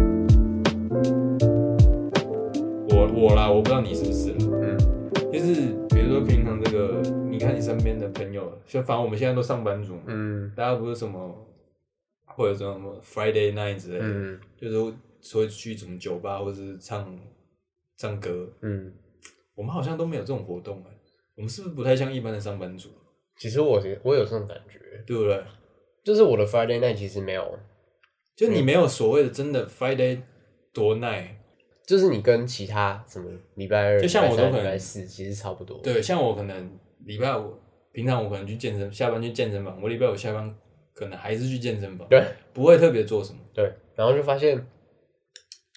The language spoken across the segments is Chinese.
嗯了，就反正我们现在都上班族嘛，嗯大家不是什么或者什么 Friday night 之类的，嗯就是说去什么酒吧或者是唱唱歌，嗯，我们好像都没有这种活动哎、我们是不是不太像一般的上班族，其实我我有这种感觉，对不对？就是我的 Friday night 其实没有，就嗯你没有所谓的真的 Friday 多 night，就是你跟其他什么礼拜二、就像我礼拜三都可能礼拜四其实差不多。，对，像我可能礼拜五平常我可能去健身，下班去健身房，我礼拜五下班可能还是去健身房，对不会特别做什么，对，然后就发现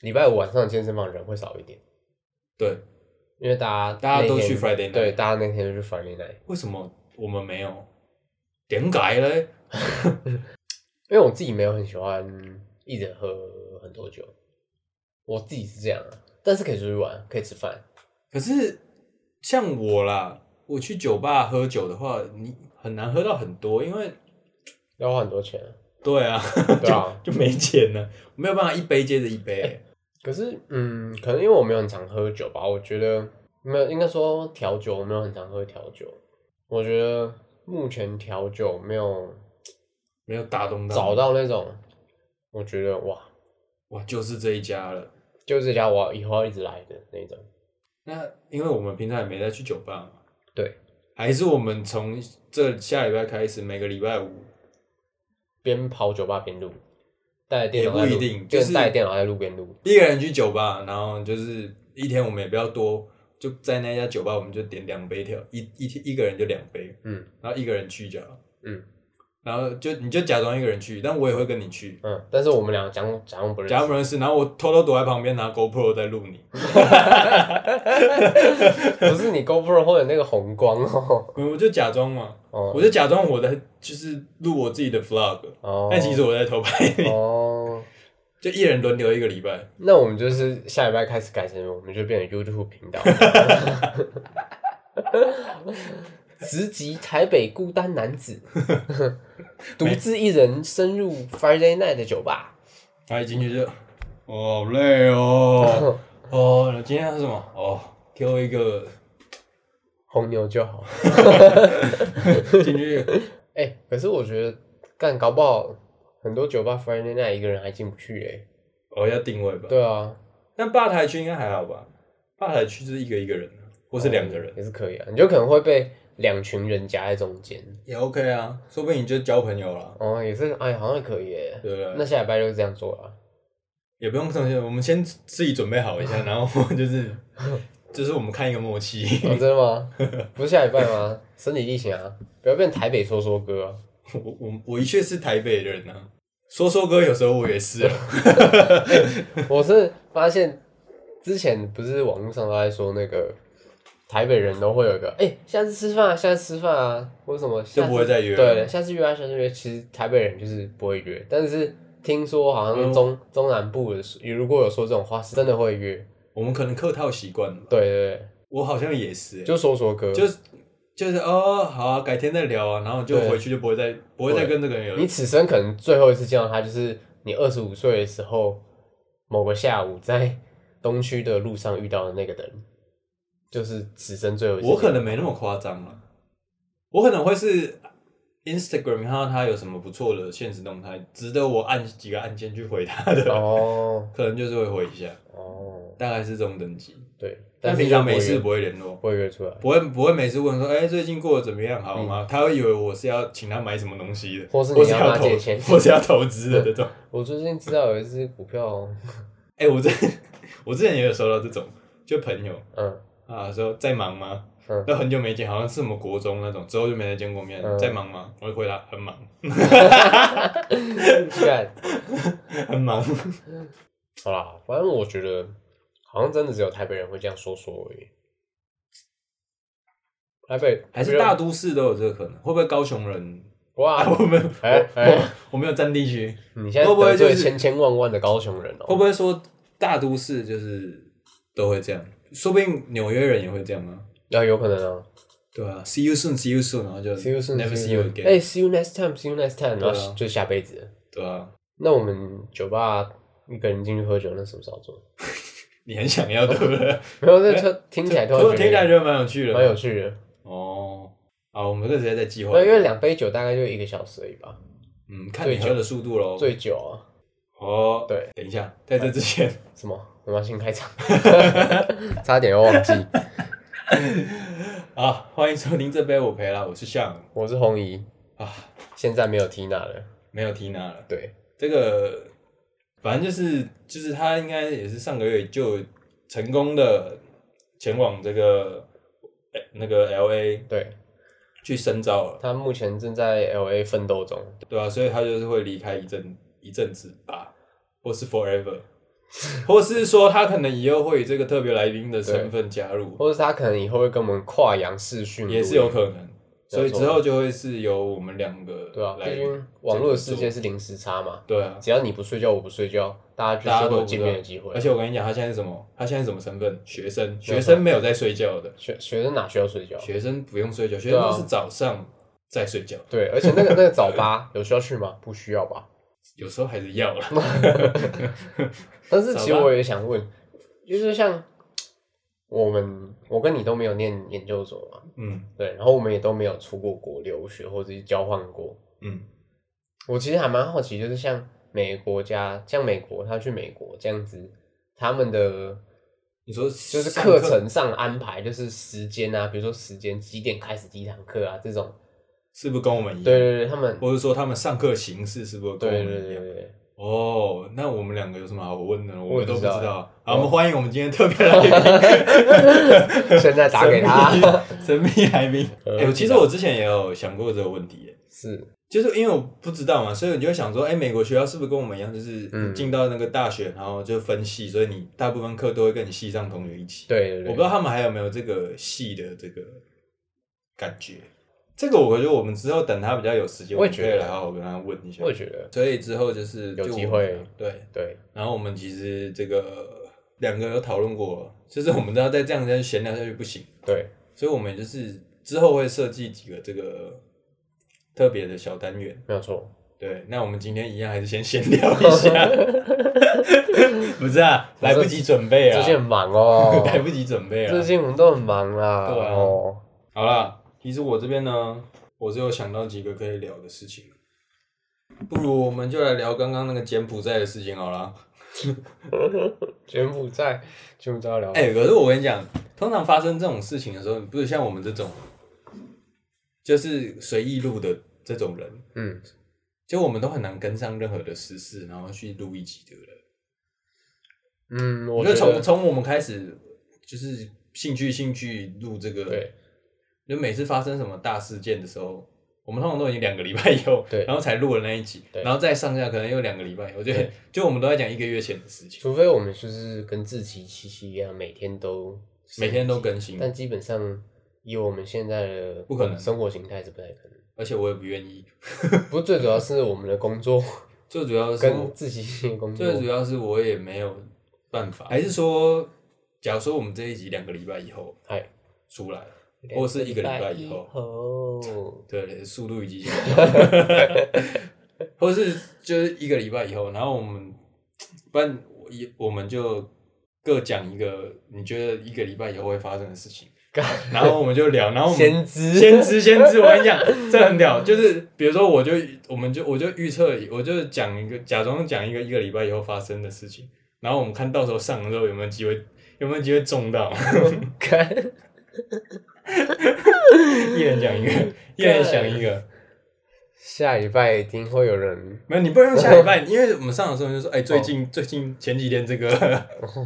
礼拜五晚上健身房人会少一点，对，因为大家大家都那天去 Friday night 对，大家那天就去 Friday night。为什么我们没有？点改嘞？因为我自己没有很喜欢一直喝很多酒，我自己是这样啊。但是可以出去玩，可以吃饭，可是像我啦，我去酒吧喝酒的话，你很难喝到很多，因为要花很多钱啊。对 啊，对啊就就没钱了，没有办法一杯接着一杯、哎可是，嗯，可能因为我没有很常喝酒吧，我觉得没有，应该说调酒，我没有很常喝调酒。我觉得目前调酒没有没有打动到找到那种，我觉得哇，哇，就是这一家了。就这家我以后要一直来的那种。那因为我们平常也没再去酒吧嘛，对，还是我们从这下礼拜开始，每个礼拜五边跑酒吧边录，带着电脑也在不录，一定就是带着电脑在路边录。一个人去酒吧，然后就是一天我们也不要多，就在那家酒吧我们就点两杯调，一一天一个人就两杯，嗯然后一个人去就好，嗯然后就你就假装一个人去，但我也会跟你去，嗯，但是我们俩假装假装不认识假。装不认识，然后我偷偷躲在旁边拿 GoPro 在录你， 不是你 GoPro 会有那个红光哦。我就假装嘛，我哦就假装我在就是录我自己的 vlog，哦，但其实我在偷拍 你，哦，就一人轮流一个礼拜。那我们就是下礼拜开始改成，我们就变成 YouTube 频道， 直击台北孤单男子，独自一人深入 Friday night 的酒吧。他一进去就，哦，好累哦， 哦，今天是什么？哦，挑一个红牛就好。进去，哎、可是我觉得干搞不好很多酒吧 Friday night 一个人还进不去哎、哦，要定位吧。对啊，但吧台区应该还好吧？吧台区就是一个一个人啊，或是两个人、也是可以啊，你就可能会被两群人夹在中间。也 OK 啊，说不定你就交朋友了，哦，也是，哎，好像可以耶。对不那对？下礼拜就是这样做了。也不用上线，我们先自己准备好一下，然后就是 就是我们看一个默契。 哦、真的吗？ 不是下礼拜吗？身体力行啊，不要变台北说 说哥啊、我我我的确是台北人啊，说说歌有时候我也是啊，我是发现之前不是网络上都在说那个台北人都会有一个，哎、下次吃饭啊，下次吃饭啊，或者什么就不会下次再约了对，下次约啊，下次约。其实台北人就是不会约，但是听说好像中、哦中南部的如果有说这种话，是真的会约。我们可能客套习惯了吧。对对我好像也是、欸对，，就说说哥，就是就是哦，好啊，改天再聊啊，然后就对回去就不会再不会再跟这个人有你此生可能最后一次见到他，就是你二十五岁的时候某个下午在东区的路上遇到的那个人，就是此生最后一次见。我可能没那么夸张了，我可能会是 Instagram 看到他有什么不错的现实动态，值得我按几个按键去回他的，哦可能就是会回一下，哦，大概是这种等级。对，但是平常没就事不不会联络，会约不会约出来，不会不会每次问说，哎、最近过得怎么样，好吗？他会以为我是要请他买什么东西的，嗯 或是你是要跟要他投借钱，或是要投资的这种。我最近知道有一只股票，哎、我之我之前也有收到这种，就朋友嗯啊说在忙吗？嗯，那很久没见，好像是我们国中那种，之后就没再见过面。嗯在忙吗？我就回答很忙，干，很 忙。好啦，反正我觉得好像真的只有台北人会这样说说而已。台北还是大都市都有这个可能？会不会高雄人？哇啊，我没有，哎我哎我我没有占地区。你现在会不会得罪就是千千万万的高雄人哦、会不会说大都市就是都会这样？说不定纽约人也会这样啊。啊，有可能啊。对啊，see you soon，see you soon，然后就 See you soon. never see you again。哎、s e e you next time. See you next time. 对啊然后就下辈子了。对啊，那我们酒吧一个人进去喝酒，那什么时候做？你很想要对不对？没有，那听听起来突我然哎听起来觉觉得蛮有趣得蛮的。有趣的。哦，啊，我们这个直接在计划对，，因为两杯酒大概就一个小时而已吧，嗯，看你喝的速度喽。醉酒啊，哦，对，等一下，在这之前， 什么？我们要先开场， 差点又忘记。啊，欢迎收听这杯我赔了，我是向我是红姨，啊，现在没有 Tina 了。没有 Tina 了。对，这个反正就是就是他应该也是上个月就成功的前往这个呃那个 L A 对，去深造了，他目前正在 LA 奋斗中，对吧、所以他就是会离开一阵一阵子吧，或是 forever，或是说他可能以后会以这个特别来宾的身份加入，或者是他可能以后会跟我们跨洋视讯录音，也是有可能。所以没之有错后就会是由我们两个嗯对啊，来毕竟网络的世界是零时差嘛，对啊，只要你不睡觉，我不睡觉，大家大就家都是会不有见面的机会而。且我跟你讲，他现在是什么？他现在是什么身份？学生，错学生没有在睡觉的，学学生哪需要睡觉？学生不用睡觉，学对生啊都是早上在睡觉，对，而且那 个那个早八有需要去吗？不需要吧。有时候还是 要了。但是其实早八我也想问，就是像我们，我跟你都没有念研究所嘛，嗯对，然后我们也都没有出过国留学或者是交换过。嗯，我其实还蛮好奇，就是像每个国家，像美国，他去美国这样子，他们的你说就是上课程上安排，就是时间啊，比如说时间几点开始第一堂课啊，这种。是不是跟我们一样？对对对，他们或者说他们上课形式是不是跟对我对们对一样？对对，哦，那我们两个有什么好问的呢？我我也们都不不知知道道。哎好，我们欢迎我们今天特别来宾， 现在打给他神秘神秘来宾。呃哎，我其实我之前也有想过这个问题耶， 是就是因为我不知道嘛，所以你就会想说，哎、美国学校是不是跟我们一样，就是嗯你进到那个大学，然后就分系，所以你大部分课都会跟你系上同学一起。对对对，我不知道他们还有没有这个系的这个感觉。这个我觉得我们之后等他比较有时间，我也们觉可以得来好好跟他问一下我。也觉得所以之后就是有就机我会们啊对，对，然后我们其实这个两个有讨论过，就是我们知道再这样再闲聊下去不行，对，所以我们就是之后会设计几个这个特别的小单元。没有错。对，那我们今天一样还是先闲聊一下，不是啊，来不及准备啊最，近很忙哦，来不及准备最啊。近我们都很忙啦。对啊哦，好啦，其实我这边呢，我是有想到几个可以聊的事情，不如我们就来聊刚刚那个柬埔寨的事情好了。柬埔寨，柬埔寨要聊。哎、可是我跟你讲，通常发生这种事情的时候，不是像我们这种，就是随意录的这种人，嗯，就我们都很难跟上任何的时事，然后去录一集的人。嗯，我我觉觉得从得从我们开始就是兴趣兴趣录这个，对，就每次发生什么大事件的时候，我们通常都已经两个礼拜以后，对然后才录了那一集，对然后再上架可能又两个礼拜以后，就对就我们都在讲一个月前的事情，除非我们就是跟志奇、七七一样，每天都每天都更新，但基本上以我们现在的不可能生活形态是不太可能。而且我也不愿意，不过最主要是我们的 工作最主要是跟我自己的工作最，主要是我也没有办法，还是说，假如说我们这一集两个礼拜以后哎，出来，或是一个礼拜以后，后，对，速度与激情， 或是就是一个礼拜以后，然后我们，不然我也我们就各讲一个你觉得一个礼拜以后会发生的事情，然后我们就聊，然后我们先知 先知先知，我跟你讲，这很屌，就是比如说我就我们就我就预测，我就讲一个假装讲一个一个礼拜以后发生的事情，然后我们看到时候上的时候有没有机会有没有机会中到， 看，一人讲一个，一人想一个。下礼拜一定会有人没有，你不能用下礼 拜，因为我们上的时候就说，哎、最近、最近前几天这个，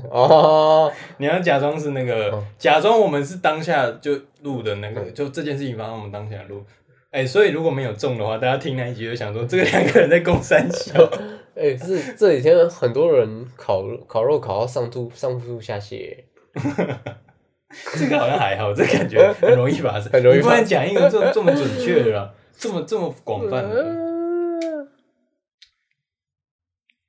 哦，你要假装是那个，哦假装我们是当下就录的那个，就这件事情发生我们当下录。哎、所以如果没有中的话，大家听那一集就想说，这个两个人在共三 小，哎、是这几天很多人烤肉烤肉烤到上吐上吐下泻，这个好像还好，这感 觉很容易发生，很容易你不发能讲一个这这么准确的 啦，这么这么广啊泛的。嗯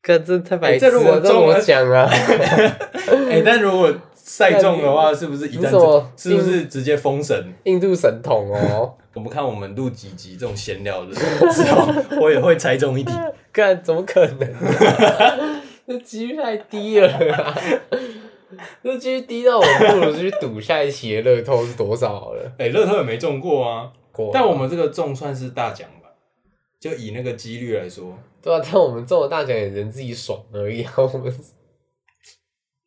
看这太白哎痴这如果了，这中我了讲啊， 哎、但如果赛中的话，是不是一嗯你战怎么是不是直接封神？印度神童哦，我们看我们录几集这种闲聊的时候，我也会猜中一题。看怎么可能、 这几率太低了啊、 这几率低到我不如去赌下一期的乐透是多少好了。哎、乐透也没中过啊，过了吧。但我们这个中算是大奖吧，就以那个几率来说，对啊，但我们中了大奖也人自己爽而已啊。我 们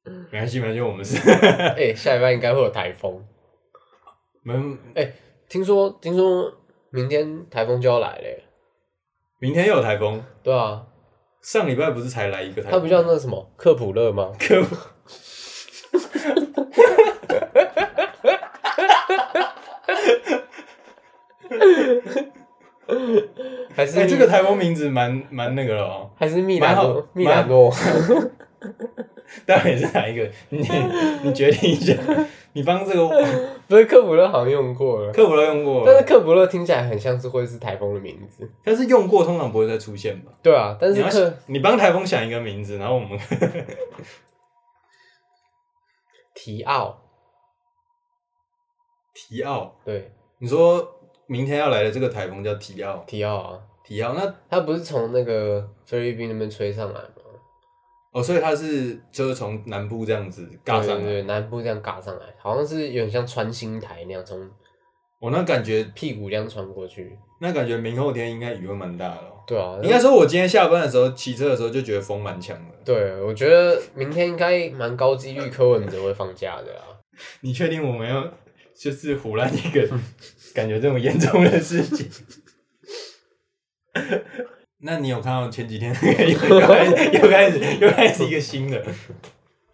嗯没关系，没关系，我们是哎、下礼拜应该会有台风，没有听说听说明天台风就要来嘞。明天又有台风，对啊，上礼拜不是才来一个台它风？不叫那什么克普勒 吗？科普。还是、哎、这个台风名字蛮蛮那个了哦，还是密兰蛮诺好密兰诺？到底是哪一个？ 你你决定一下，你帮这个不是克普勒好像用过了，科普都用过但是了，克普勒听起来很像是会是台风的名字。但是用过通常不会再出现吧？对啊，但你是要克你帮台风想一个名字，然后我们 提奥提奥，对你说明天要来的这个台风叫提奥，提奥啊，提奥那他不是从那个菲律宾那边吹上来吗？哦，所以它是就是从南部这样子尬上对来，对，南部这样嘎上来，好像是有点像穿心台那样，从我、哦那感觉屁股这样穿过去。那感觉明后天应该雨会蛮大的、哦。对啊，应该说，我今天下班的时候骑车的时候就觉得风蛮强的。对，我觉得明天应该蛮高几率柯文哲会放假的啊。 你确定我们要就是胡乱一个感觉这么严重的事情？ 那你有看到前几天 又开始又开始又开始一个新 的？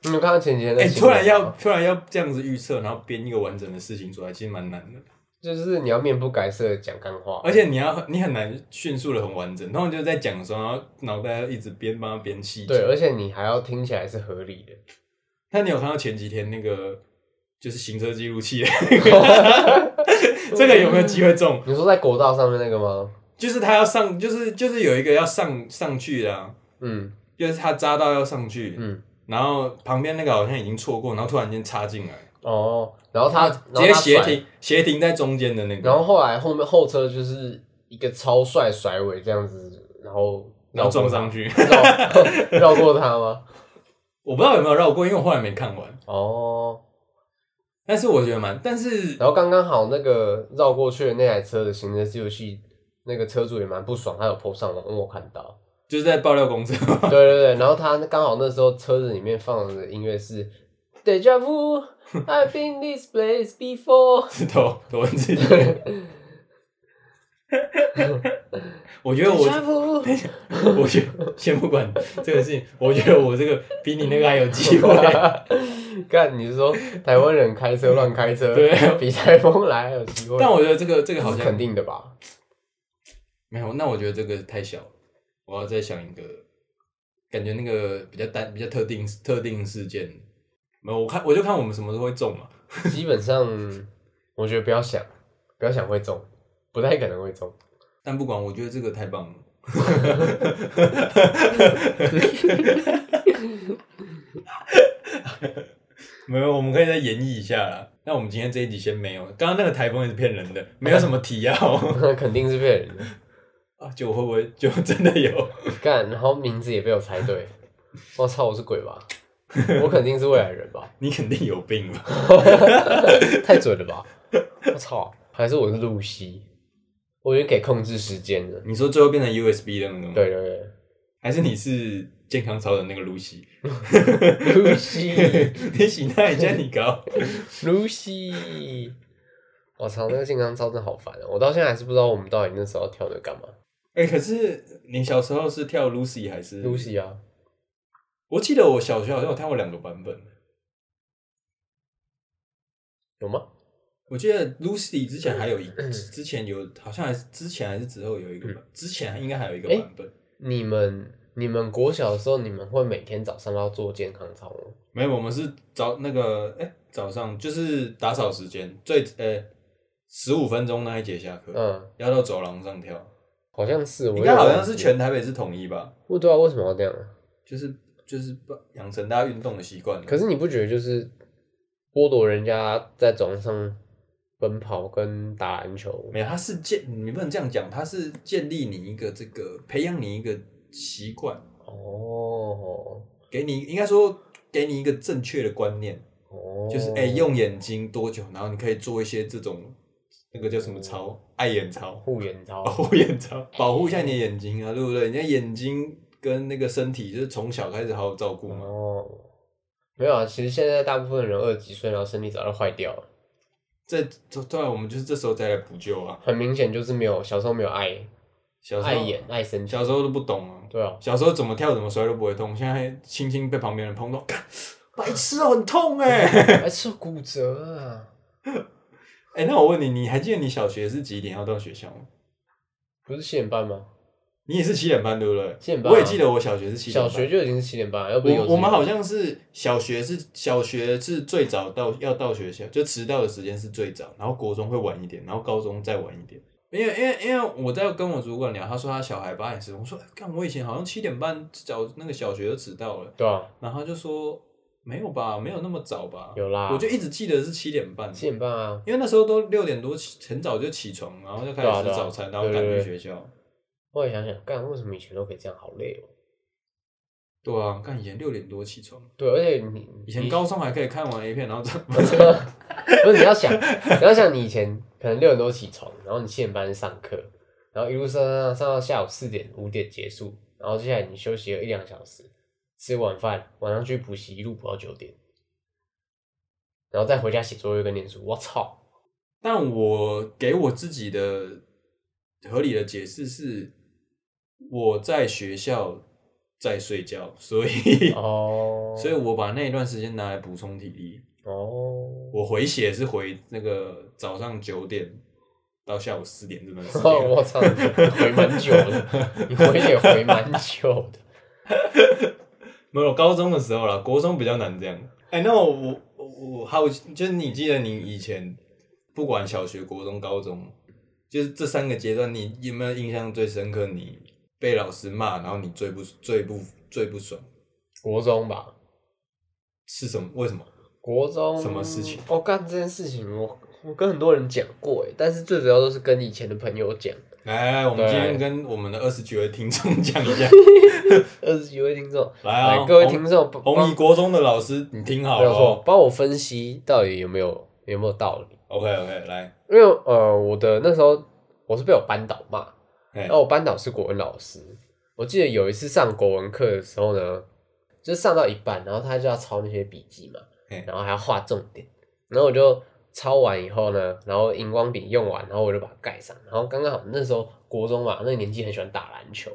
你有看到前几天的哎、新突闻吗？然要突然要这样子预测，然后编一个完整的事情出来，其实蛮难的。就是你要面不改色地讲干话，而且你要你很难迅速的很完整，然后就是在讲的时候，然后脑袋要一直编帮他编细对，啊节。而且你还要听起来是合理的。那你有看到前几天那个就是行车记录器， 这个有没有机会中？你说在国道上面那个吗？就是他要上，就是就是有一个要上上去的、啊，嗯就是他匝道要上去，嗯，然后旁边那个好像已经错过，然后突然间插进来，哦，然后他直然后接他斜甩，停，斜停在中间的那然个，后后来后面后车就是一个超帅甩尾这样子，然后然后撞上去。 绕绕过他吗？我不知道有没有绕过，因为我后来没看完，哦，但是我觉得蛮，但是然后刚刚好那个绕过去的那台车的行车记录器，那个车主也蛮不爽，他有 po 上网，因为我看到。就是在爆料公司，对对对，然后他刚好那时候车子里面放的音乐是 Deja Vu。I've been this place before 头头文字 D。我觉得我 Deja Vu。 我觉得先不管这个事情，我觉得我这个比你那个还有机 会。干，你是说台湾人开车乱开车，对比台风来还有机会？但我觉得这个这个这好是像肯定的吧？没有，那我觉得这个太小了，我要再想一个，感觉那个比较单、比较特定、特定事件。没有，我看我就看我们什么时候会中嘛。基本上，我觉得不要想，不要想会中，不太可能会中。 但不管，我觉得这个太棒了。 没有，我们可以再演绎一下啦。那我们今天这一集先没有，刚刚那个台风也是骗人的，没有什么提要肯定是被人的 啊，就会不会就真的有？干，然后名字也被我猜对。我操，我是鬼吧？我肯定是未来人吧？你肯定有病吧？太准了吧！我操，还是我是露西？我已经给控制时间了。你说最后变成 USB 的那个吗？对对还是你是健康操的那个露西？对，露西。 你醒他一下，你搞。 Lucy，我操，那个健康操真的好烦啊！我到现在还是不知道我们到底那时候跳的干嘛。哎、可是你小时候是跳 Lucy 还是 Lucy 啊，我记得我小学好像有跳过两个版本。有吗？我记得 Lucy 之前还 有一，之前有好像还是之前还是之后有一嗯个版，之前应该还有一个版本。你们你们国小的时候，你们会每天早上要做健康操吗？没有，我们是早那个哎、早上就是打扫时间最呃十五分钟那一节下课，嗯，要到走廊上跳。好像是，我应该有好点像忘是记全台北是统一吧？不知道为什么要这样啊。就是就是养成大家运动的习惯。可是你不觉得就是剥夺人家在走廊上奔跑跟打篮球？没有，它是建，你不能这样讲，它是建立你一个这个，培养你一个习惯，哦给你应该说给你一个正确的观念，哦，哎就是哎、用眼睛多久，然后你可以做一些这种那个叫哦什么潮，爱眼潮，护眼操保，护眼 潮，保护一下你的眼睛啊，对不对？人家眼睛跟那个身体就是从小开始好好照顾嘛。哦，没有啊，其实现在大部分人二十几岁，然后身体早就坏掉了，这对啊，我们就是这时候再来补救啊。很明显就是没有小时候没有爱小时候爱眼爱身体，小时候都不懂啊，对啊，小时候怎么跳怎么摔都不会痛，现在轻轻被旁边人碰到，干白痴哦，很痛哎、 还是骨折啊，哎、那我问你，你还记得你小学是几点要到学校吗？不是七点半吗？你也是七点半对不对？七点半啊我也记得我小学是七点小半。学就已经是七点半了，要不是幼稚我我们园好像是小学是小学是最早到要到学校，就迟到的时间是最早，然后国中会晚一点，然后高中再晚一点。因为因为因为我在跟我主管聊，他说他小孩八点十，我说哎干、我以前好像七点半早那个小学就迟到了，对啊，然后他就说没有吧，没有那么早吧，有啦我就一直记得是七点半，七点半啊，因为那时候都六点多起，很早就起床，然后就开对啊始对吃啊早餐，然后对赶对去对学校。后来想想，干为什么以前都可以这样，好累哦。对啊，看以前六点多起床，对，而且你以前你高中还可以看完 A 片， 然后再 不是你要想， 你要想你以前可能六点多起床，然后你七点半上课，然后一路上上上到下午四点五点结束，然后接下来你休息了一两小时，吃晚饭，晚上去补习，一路补到九点，然后再回家写作业跟念书。我操！但我给我自己的合理的解释是，我在学校在睡觉，所以、哦， 所以我把那一段时间拿来补充体力。哦， 我回血是回那个早上九点到下午四点这段时 间。我操，你回蛮久的，你回也回蛮久的。没有高中的时候啦，国中比较难这样。哎、那我我我我好奇，就是你记得你以前不管小学、国中、高中，就是这三个阶段，你有没有印象最深刻？你被老师骂，然后你最不最不最不爽国中吧，是什么？为什么？国中什么事情？我、干这件事情我，我跟很多人讲过哎，但是最主要都是跟以前的 朋友讲。来来来，我们对今天跟我们的二十几位听众讲一下，二十几位听众，来啊，来各位红听众帮红怡国中的老师，你听好没了、有错哦，。帮我分析到底有没有有没有道理？ OK OK，来，因为呃，我的那时候我是被我班导骂，哎然后我班导是国文老师。我记得有一次上国文课的时候呢，就上到一半，然后他就要抄那些笔记嘛嘿，然后还要画重点，然后我就抄完以后呢，然后荧光笔用完，然后我就把它盖上，然后刚刚好那时候国中嘛，那个年纪很喜欢打篮球，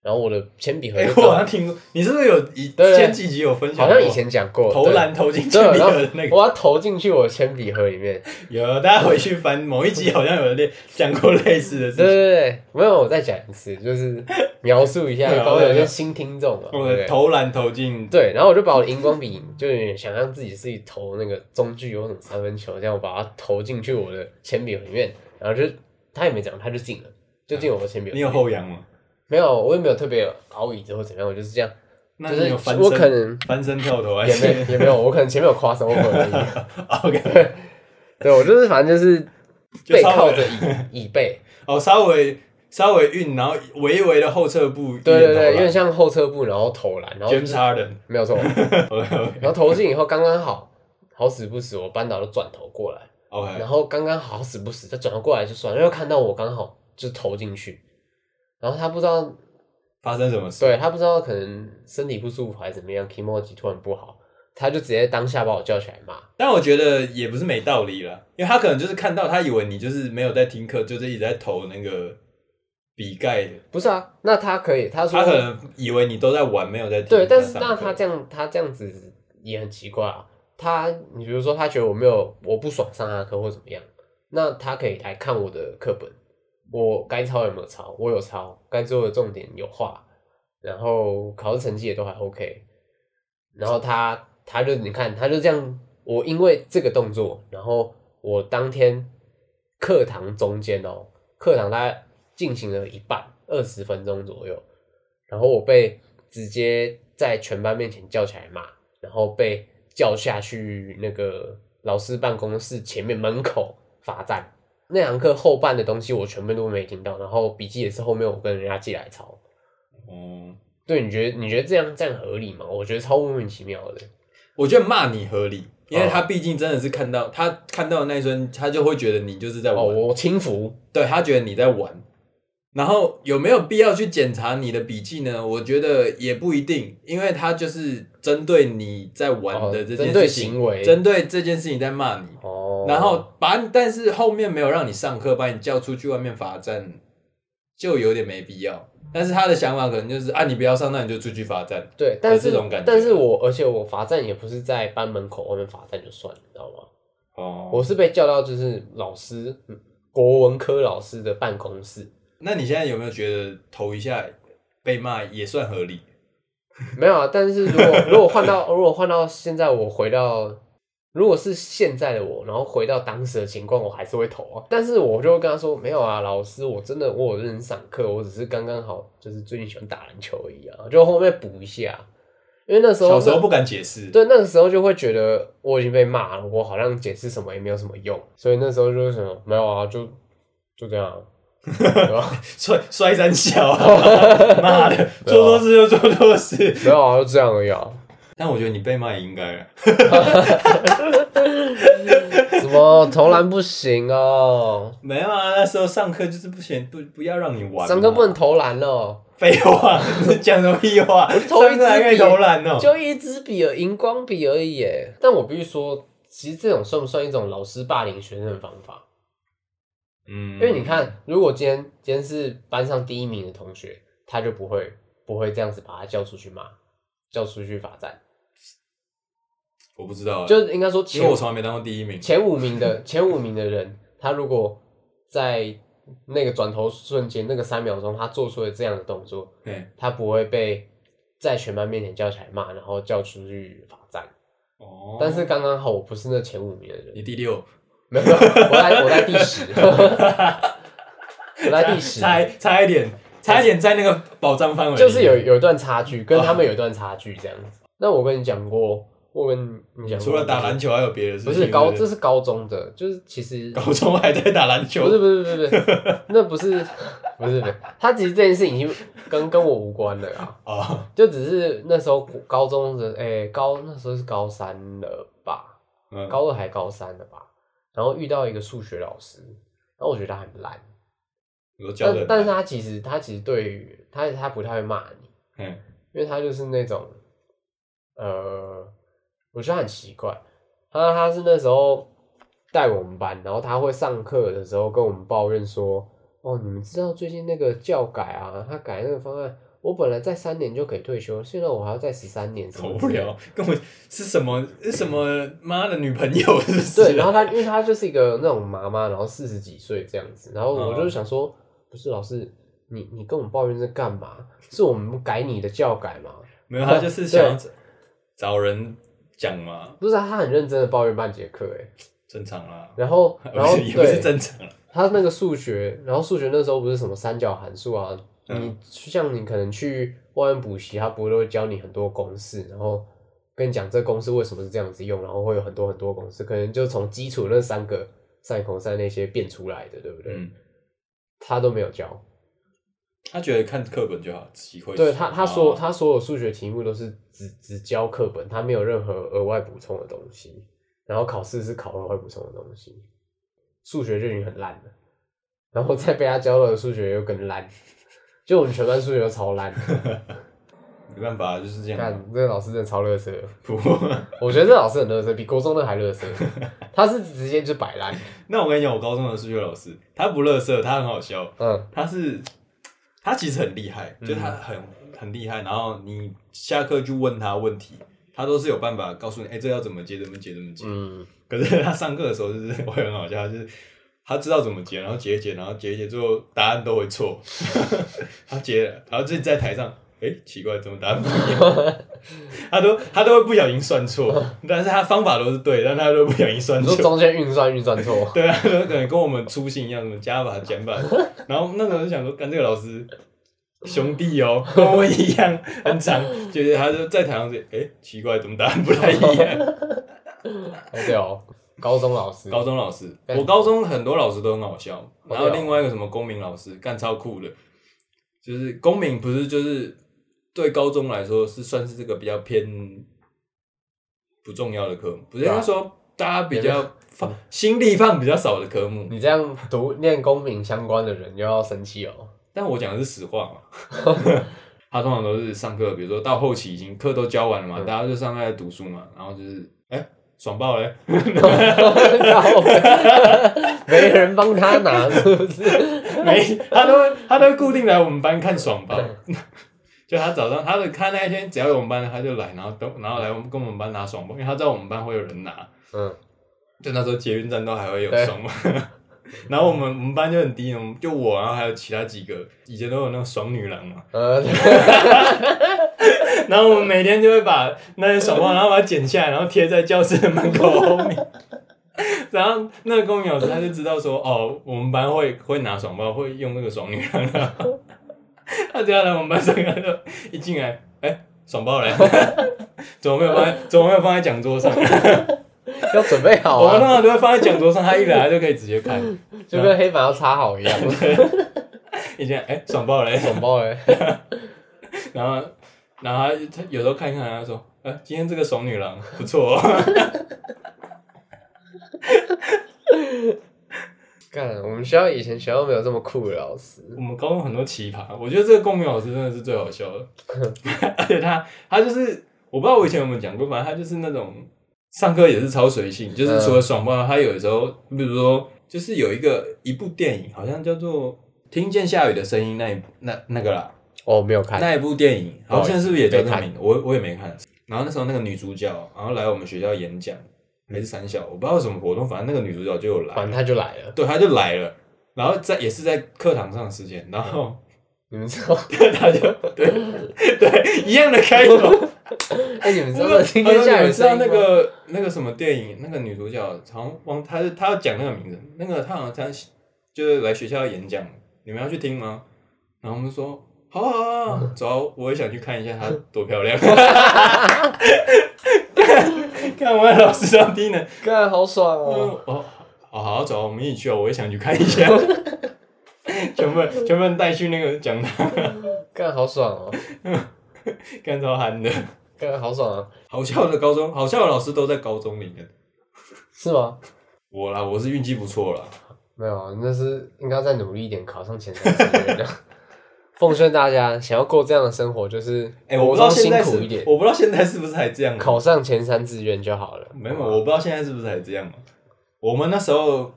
然后我的铅笔盒哎、就我好掉像听过，你是不是有以对对前几集有分享过？好像以前讲过投对篮投进去对，里然的那后个。我要投进去我的铅笔盒里面，有，大家回去翻某一集，好像有类讲过类似的事情。对对对，没有，我再讲一次，就是描述一下，对啊搞不好有对些啊新听众嘛，对不我的对？投篮投进，对，然后我就把我的荧光笔，就有点想象自己是一投那个中距或者三分球，这样我把它投进去我的铅笔盒里面，然后就他也没讲，他就进了，就进我的铅笔盒你里面。有后仰吗？没有，我也没有特别熬椅子或怎么样，我就是这样，那就你有是翻我可身能翻身跳投还也是 没也没有，我可能前面有 cross over 而已。 ？OK，对，我就是反正就是 就背稍微靠着椅椅背，哦，稍微稍微运，然后微微的后撤步，对一对对，有点点像后撤步，然后投篮，投然后篮就，James 是 Harden。 没有错。 OK OK 然后投进以后刚刚好，好死不死我班导就转头过来，然 OK，后刚刚好死不死再转头过来就算了，因为看到我刚好就投进去，然后他不知道，发生什么事？对他不知道可能身体不舒服还是怎么样 k i m o j i 突然不好，他就直接当下把我叫起来骂，但我觉得也不是没道理啦，因为他可能就是看到，他以为你就是没有在听课，就是一直在投那个笔盖的，不是啊，那他可以，他说他可能以为你都在玩，没有在听。对，但是那上他课这样他这样子也很奇怪啊，他你比如说他觉得我没有我不爽上他的课或怎么样，那他可以来看我的课本，我该抄有没有抄，我有抄，该做的重点有画，然后考试成绩也都还 OK，然后他他就你看他就这样，我因为这个动作，然后我当天课堂中间哦，课堂大概进行了一半二十分钟左右，然后我被直接在全班面前叫起来骂，然后被叫下去那个老师办公室前面门口罚站。那堂课后半的东西我全部都没听到，然后笔记也是后面我跟人家寄来抄。哦，对，你觉得你觉得这样这样合理吗？我觉得超莫名其妙的。我觉得骂你合理，因哦为他毕竟真的是看到他看到的那一瞬，他就会觉得你就是在玩，哦，我轻浮，对他觉得你在玩。然后有没有必要去检查你的笔记呢？我觉得也不一定，因为他就是针对你在玩哦的这针件对事情，行为，针对这件事情在骂你。哦，然后把你，但是后面没有让你上课，把你叫出去外面罚站，就有点没必要。但是他的想法可能就是啊，你不要上，那你就出去罚站。对，但是这种感觉啊但是我而且我罚站也不是在班门口外面罚站就算了，你知道吗？哦，我是被叫到就是老师嗯国文科老师的办公室，那你现在有没有觉得投一下被骂也算合理？没有啊。但是如果如果换到如果换到现在，我回到如果是现在的我，然后回到当时的情况，我还是会投啊。但是我就会跟他说，没有啊，老师，我真的我有认真上课，我只是刚刚好就是最近喜欢打篮球而已啊，就后面补一下。啊因为那时候小时候不敢解释，对，那个时候就会觉得我已经被骂了，我好像解释什么也没有什么用，所以那时候就是什么没有啊，就就这样 啊，对吧摔摔三 小啊，妈的，做错事就做错事。没有啊，就这样而已啊。但我觉得你被骂也应该啊，什么投篮不行哦，没有啊，那时候上课就是不行，不不要让你玩嘛，三个不能投篮哦，废话，你讲什么屁话？投一上课还可以支笔投篮哦，就一支笔而已荧光笔而已耶。但我必须说，其实这种算不算一种老师霸凌学生的方法？嗯，因为你看，如果今天今天是班上第一名的同学，他就不会不会这样子把他叫出去骂，叫出去罚站。我不知道欸，就是应该说前因为我从来没当过第一名。前五名的 前五名的人，他如果在那个转头瞬间，那个三秒钟，他做出了这样的动作，对，他不会被在全班面前叫起来骂，然后叫出去罚站。哦但是刚刚好，我不是那前五名的人，你第六，没有，没有我在我在第十， 我在第十，差差一点，差一点在那个保障范围里，就是有有一段差距，跟他们有一段差距这样子。那我跟你讲过，我跟你讲过，除了打篮球还有别的事情，不是高，对这对是高中的，就是其 实高中还在打篮不是球，不是不是不是， 那不是不是不是，他其实这件事已经跟跟我无关了啊，哦，就只是那时候高中的，诶、高那时候是高三了吧，嗯高二还高三了吧，然后遇到一个数学老师，然后我觉得他很烂，我都教但的，但是他其实他其实对于他他不太会骂你，嗯因为他就是那种，呃，我觉得他很奇怪，他他是那时候带我们班，然后他会上课的时候跟我们抱怨说，哦，你们知道最近那个教改啊，他改那个方案，我本来在三年就可以退休，现在我还要再十三年，什受么不之类的了，跟我是什么是什么妈的女朋友 是不是？ 对，然后他因为他就是一个那种妈妈，然后四十几岁这样子，然后我就想说，不是老师，你你跟我们抱怨这干嘛？是我们改你的教改吗？没有，他就是想要找人讲嘛，不是、啊，他很认真的抱怨半节课，哎，正常啦，然后然后不是哦也不是对，正常啦，他那个数学，然后数学那时候不是什么三角函数啊，嗯你像你可能去外面补习，他不会都会教你很多公式，然后跟你讲这公式为什么是这样子用，然后会有很多很多公式，可能就从基础那三个 sin、cos 那些变出来的，对不对？嗯，他都没有教，他觉得看课本就好，自己会写，对他他所哦他所有数学题目都是只只教课本，他没有任何额外补充的东西，然后考试是考额外补充的东西，数学就已经很烂了，然后再被他教了的数学又更烂，就我们全班数学都超烂，没办法，就是这样啊，看这个老师真的超乐色，不。我觉得这老师很乐色，比国中的还 乐色，他是直接就摆烂， 那我跟你讲，我高中的数学老师，他不乐色，他很好笑，嗯，他是他其实很厉害，就他很、很厉害。然后你下课去问他问题，他都是有办法告诉你，哎、这要怎么解，怎么解，怎么解。嗯，可是他上课的时候，就是我很好笑，他就是他知道怎么解，然后解一解，然后解一解，最后答案都会错。 他解了，然后自己在台上，哎、奇怪，怎么答案不一 样？他都他都会不小心算错，但是他方法都是对，但他都不小心算你错说。中间运算运算错，对啊，可能跟我们初心一样，什么加法、减法。然后那时候就想说，干这个老师兄弟哦，跟我一样，很长，就是他就在台上说，哎、奇怪，怎么答案不太一样？好屌哦，高中老师，高中老师，我高中很多老师都很好笑，然啊后另外一个什么公民老师，干超酷的，就是公民不是就是对高中来说是算是这个比较偏。不重要的科目，不是对应啊该说大家比较放心力放比较少的科目。你这样读念公民相关的人又要生气 哦。但我讲的是实话 嘛。他通常都是上课，比如说到后期已经课都教完了嘛，嗯大家就上课在读书嘛，然后就是哎、爽爆 嘞，然后没人帮他拿，是不是？没他都会他都会固定来我们班看爽爆。就他早上，他的他那一天只要有我们班的他就来，然后都然后来我们跟我们班拿爽爆，因为他知道我们班会有人拿，嗯，就那时候捷运站都还会有对爽爆。 然后我们我们班就很低，我们就我，啊然后还有其他几个，以前都有那种爽女郎嘛，呃，然后我们每天就会把那些手棒，然后把它剪下来，然后贴在教室的门口后面。 然后那个公民老师他就知道说，哦，我们班会会拿爽包，会用那个爽女郎的。 他只要来我们班上课，他就一进来，哎，爽包来， 怎么没有放在，怎么没有放在讲桌上？要准备好我们啊，通常都会放在讲桌上，他一来他就可以直接看。就跟黑板要擦好一样。一进来，哎，爽包来，爽爆哎！ 然后，然后他他有时候看一看，他说：“呃，今天这个怂女郎不错、哦。”干，我们学校以前学校没有这么酷的老师。我们高中很多奇葩，我觉得这个公民老师真的是最好笑 的，而且他他就是我不知道我以前有没有讲过，反正他就是那种上课也是超随性，嗯就是除了爽爆，他有时候比如说就是有一个一部电影，好像叫做《听见下雨的声音》那一部那那个啦，哦，没有看。那一部电影好像是不是也叫这没个看名字？我我也没看。然后那时候那个女主角，然后来我们学校演讲，还是三校，我不知道什么活动，反正那个女主角就有来，反正他就来了。对，她就来了，然后在也是在课堂上的时间，然后。你们知道？他就对对一样的开头。哎，你们知道今好天像下你雨们知道声音那吗？个那个什么电影，那个女主角好像忘，她是她要讲那个名字，那个她好像她就是来学校演讲，你们要去听吗？然后我们就说好啊好啊好啊，走啊，我也想去看一下她多漂亮。看完老师上听呢，干好爽哦！哦，哦，好好走啊，我们一起去哦，我也想去看一下。全部人全部人带去那个讲堂，干好爽哦！干超憨的。干好爽啊！好笑的高中，好笑的老师都在高中里面。是吗？我啦，我是运气不错啦。没有啊，那是应该再努力一点，考上前三志愿 的。奉劝大家，想要过这样的生活，就是哎、我不国知道中现辛在是苦一点，，我不知道现在是不是还这样。啊考上前三志愿就好了。没有，我不知道现在是不是还这样。啊我们那时候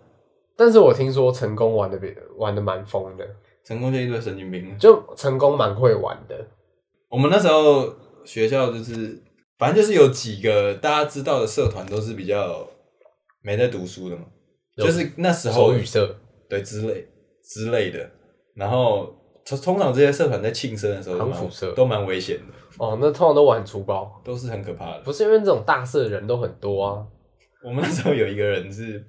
但是我听说成功玩的比玩的蛮疯的，成功就一堆神经病。就成功蛮会玩的。我们那时候学校就是，反正就是有几个大家知道的社团都是比较没在读书的嘛，有就是那时候手语社，对之类之类的。然后通通常这些社团在庆生的时候都航辅社蛮都蛮危险的，哦，那通常都玩粗暴，都是很可怕的。不是因为这种大社的人都很多啊，我们那时候有一个人是，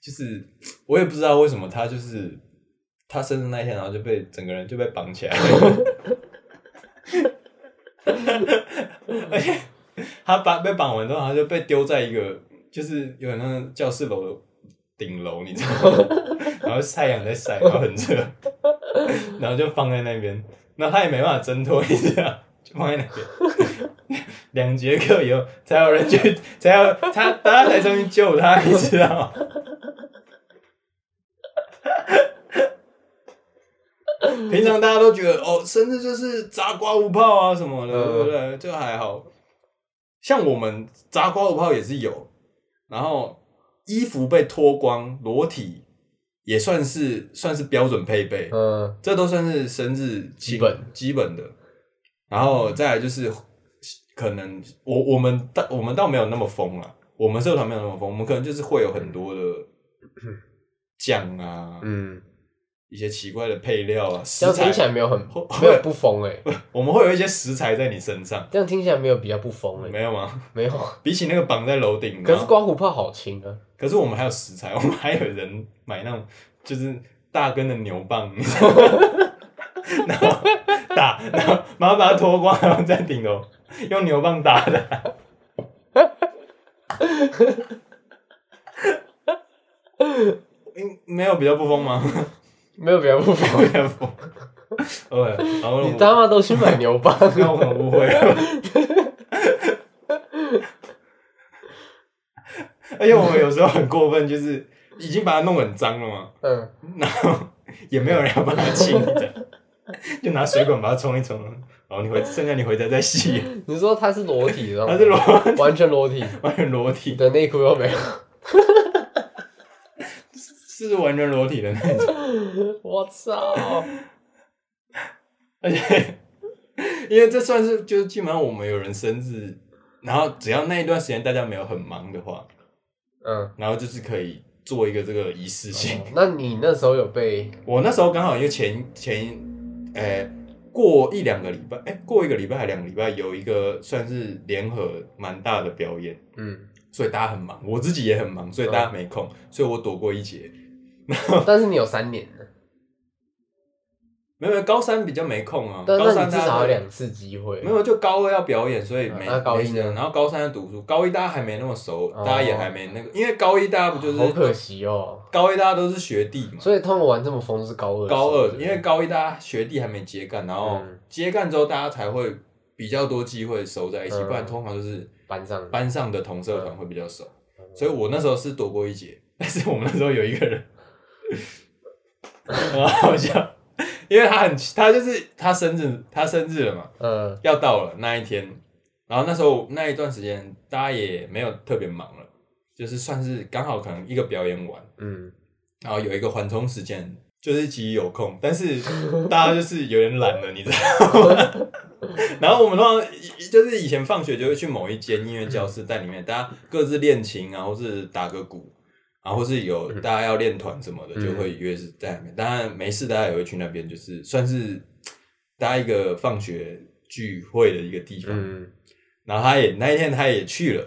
就是我也不知道为什么他就是他生日那一天，然后就被整个人就被绑起来了， 而且他把被绑完之后，他就被丢在一个就是有点那种教室楼的顶楼，你知道吗？然后太阳在晒，然后很热，然后就放在那边，那他也没办法挣脱，你知道，就放在那边。两节课以后才有人去，才有他，大家才终于救他，你知道吗？平常大家都觉得哦，生日就是砸瓜无炮啊什么的，嗯对不对？就还好。像我们砸瓜无炮也是有，然后衣服被脱光，裸体也算是算是标准配备，嗯，这都算是生日基基本基本的。然后再来就是，可能我我们倒我们倒没有那么疯啊，我们社团没有那么疯，我们可能就是会有很多的酱啊，嗯，一些奇怪的配料啊，这食样听起材，来没有 很会没有不疯哎、我们会有一些食材在你身上，这样听起来没有比较不疯哎、没有吗？没有。比起那个绑在楼顶，啊可然是后刮胡泡好轻啊，可是我们还有食材，我 们还有人买那种就是大根的牛蒡，你知道吗 然后打，然后然后把它脱光，然后在顶楼用牛蒡打的。 嗯没有比较不疯吗？ 没有比较不疯。比较疯。哦对，然后你他妈都去买牛蒡，那我可能误会了。而且我们有时候很过分，就是已经把它弄很脏了嘛，嗯，然后也没有人要帮它清理的，就拿水管把它冲一冲，然后你回剩下你回家再洗，你说他是裸体的吗，它是裸完全裸体，完全裸体，的内裤都没有，是完全裸体的那种，我操！而且因为这算是就是基本上我们有人生日，然后只要那一段时间大家没有很忙的话，嗯，然后就是可以做一个这个仪式性。那你那时候有被我那时候刚好因为前前，呃、过一两个礼拜，哎、过一个礼拜还两个礼拜，有一个算是联合蛮大的表演，嗯，所以大家很忙，我自己也很忙，所以大家没空，所以我躲过一劫。但是你有三年 的，没有，没有高三比较没空啊，但高那三你大至家少有都两次机会，没有，就高二要表演，所以嗯没。那高一没时间呢然后高三要读书，高一大家还没那么熟，哦大家也还没那个，因为高一大家不就好可是惜哦。高一大家都是学弟嘛，所以他们玩这么疯是高二的时候，高二，对因为高一大家学弟还没接干，然后嗯接干之后大家才会比较多机会熟在一起，嗯不然通常就是班上班上的同社团会比较熟。嗯所以我那时候是躲过一劫， 但是我们那时候有一个人很好笑，因为他很他就是他生日他生日了嘛，嗯要到了那一天，然后那时候那一段时间大家也没有特别忙了，就是算是刚好可能一个表演完。嗯，然后有一个缓冲时间，就是自己有空，但是大家就是有点懒了，你知道吗？ 然后我们通常以就是以前放学就会去某一间音乐教室，在里面大家各自练琴啊，或是打个鼓，然后是有大家要练团什么的，嗯就会约是在里面。当然没事，大家也会去那边，就是算是大家一个放学聚会的一个地方。嗯然后他也那一天他也去了，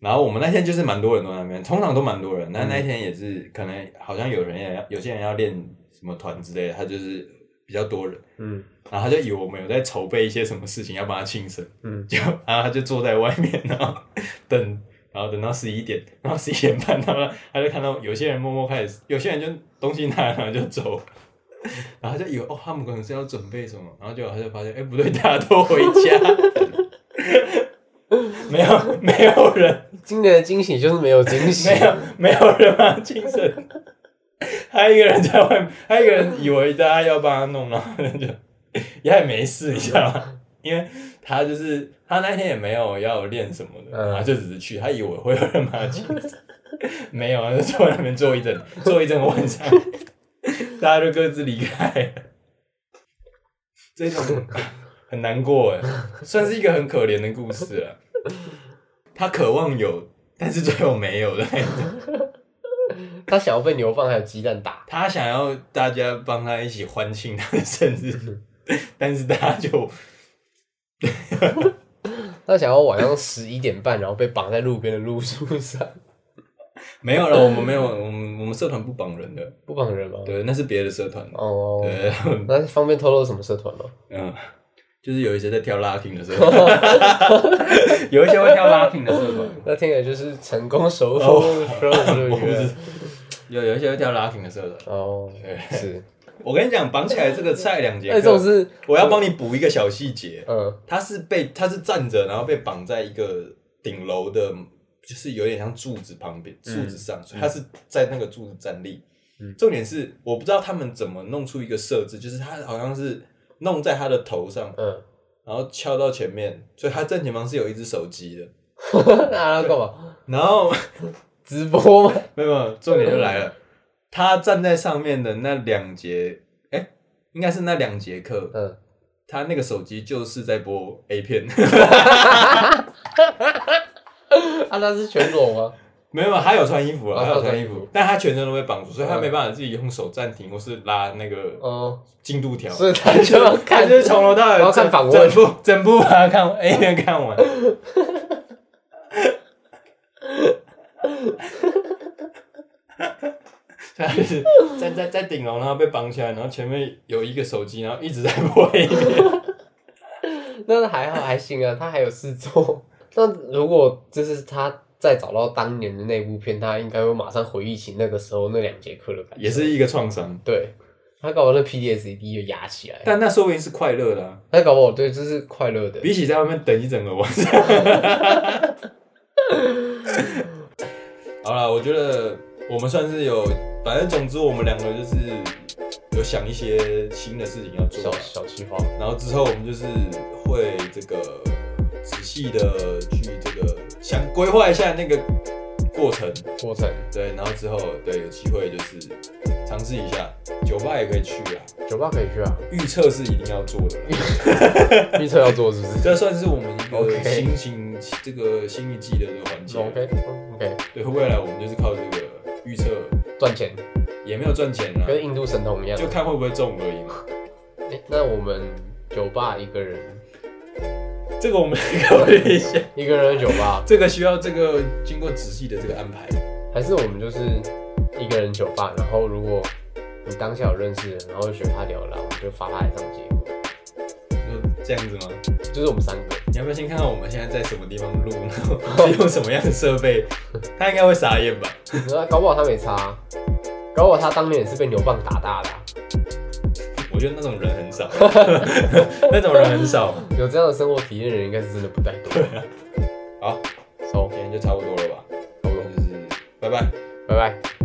然后我们那天就是蛮多人都在那边，通常都蛮多人，但嗯那一天也是可能好像有人也要有些人要练什么团之类的，他就是比较多人，嗯然后他就以为我们有在筹备一些什么事情要帮他庆生，嗯，就然后他就坐在外面， 然后等，然后等到十一点，然后十一点半，他们他就看到有些人默默开始，有些人就东西拿了然后就走， 然后他就以为哦，他们可能是要准备什么，然后结果他就发现，哎，不对，大家都回家， 没有没有人今年的惊喜就是没有惊 喜，没有没有人帮他庆生， 他一个人在外面，他一个人以为大家要帮他弄，然后就 也还没事，你知道吗？ 因为他就是他那天也没有要练什么的，嗯然后就只是去，他以为会有人帮他庆生， 没有，他啊就坐在那边坐一整坐一整晚上，大家就各自离开了。这种很难过哎，算是一个很可怜的故事了。他渴望有，但是最后没有的那种。他想要被牛蒡还有鸡蛋打，他想要大家帮他一起欢庆他的生日，但是大家就他想要晚上十一点半然后被绑在路边的路树上，没有了。我们没有，我们我们社团不绑人的，不绑人吗？对，那是别的社团的。哦，对，那方便透露什么社团吗？嗯，就是有一些在跳拉丁的社团，哦 有一些会跳拉丁的社团，那听起来就是成功首富收入哦我不知月道有有一些会跳拉丁的社团。哦，是，我跟你讲，绑起来这个菜两节哎那这种课，是我要帮你补一个小细节。嗯他是被他是站着，然后被绑在一个顶楼的，就是有点像柱子旁边，柱子上，所以他是在那个柱子站立。嗯重点是我不知道他们怎么弄出一个设置，就是他好像是弄在他的头上，嗯， 然后翘到前面，所以他正前方是有一只手机的。那要干嘛？然后直播吗？没有没有，重点就来了，他站在上面的那两节，哎、应该是那两节课，嗯，他那个手机就是在播 A 片。啊，那是全裸吗？没有，他有穿衣服哦啊，他有他有穿穿衣衣服服，但他全身都被绑住，所以他嗯没办法自己用手暂停或是拉那个哦，进度条。所以他就要他看就是从头到尾我要整看访整问部整部把它看 A 片看完。 他就是站在在顶楼，然后被绑起来，然后前面有一个手机，然后一直在播 A 片。那还好还行啊，他还有事做。 那如果就是他再找到当年的那部片，他应该会马上回忆起那个时候那两节课的感觉。也是一个创伤，对，他搞不好那 PDSD 就压起来，但那说不定是快乐的、啊，他搞不好对这是快乐的。比起在外面等一整个晚上。好啦，我觉得我们算是有，反正总之我们两个就是有想一些新的事情要小做，小气泡，然后之后我们就是会这个仔细的去这个想规划一下那个过程，过程对，然后之后对有机会就是尝试一下，酒吧也可以去啊，酒吧可以去啊，预测是一定要做的啦，预测要做 是不是这算是我们一个 OK 新型这个新一季的这个环节。哦？OK OK，对，未来我们就是靠这个预测，赚钱也没有赚钱啦，跟印度神童一样就。看会不会中而已 嘛。诶那我们酒吧一个人，这个我们考虑一 下，一个人的酒吧，这个需要这个经过仔细的这个安排。还是我们就是一个人酒吧，然后如果你当下有认识的人，然后就觉得他聊得来，我们就发他来上节目，就这样子吗？就是我们三个。你要不要先看看我们现在在什么地方录，然后用什么样的设备？他应该会傻眼吧？那搞不好他没差啊、搞不好他当年也是被牛棒打大的啊、我觉得那种人很 少，那种人很少。有这样的生活体验的人应该是真的不太多。好，走，今天就差不多了吧？差不多就是拜拜。拜拜。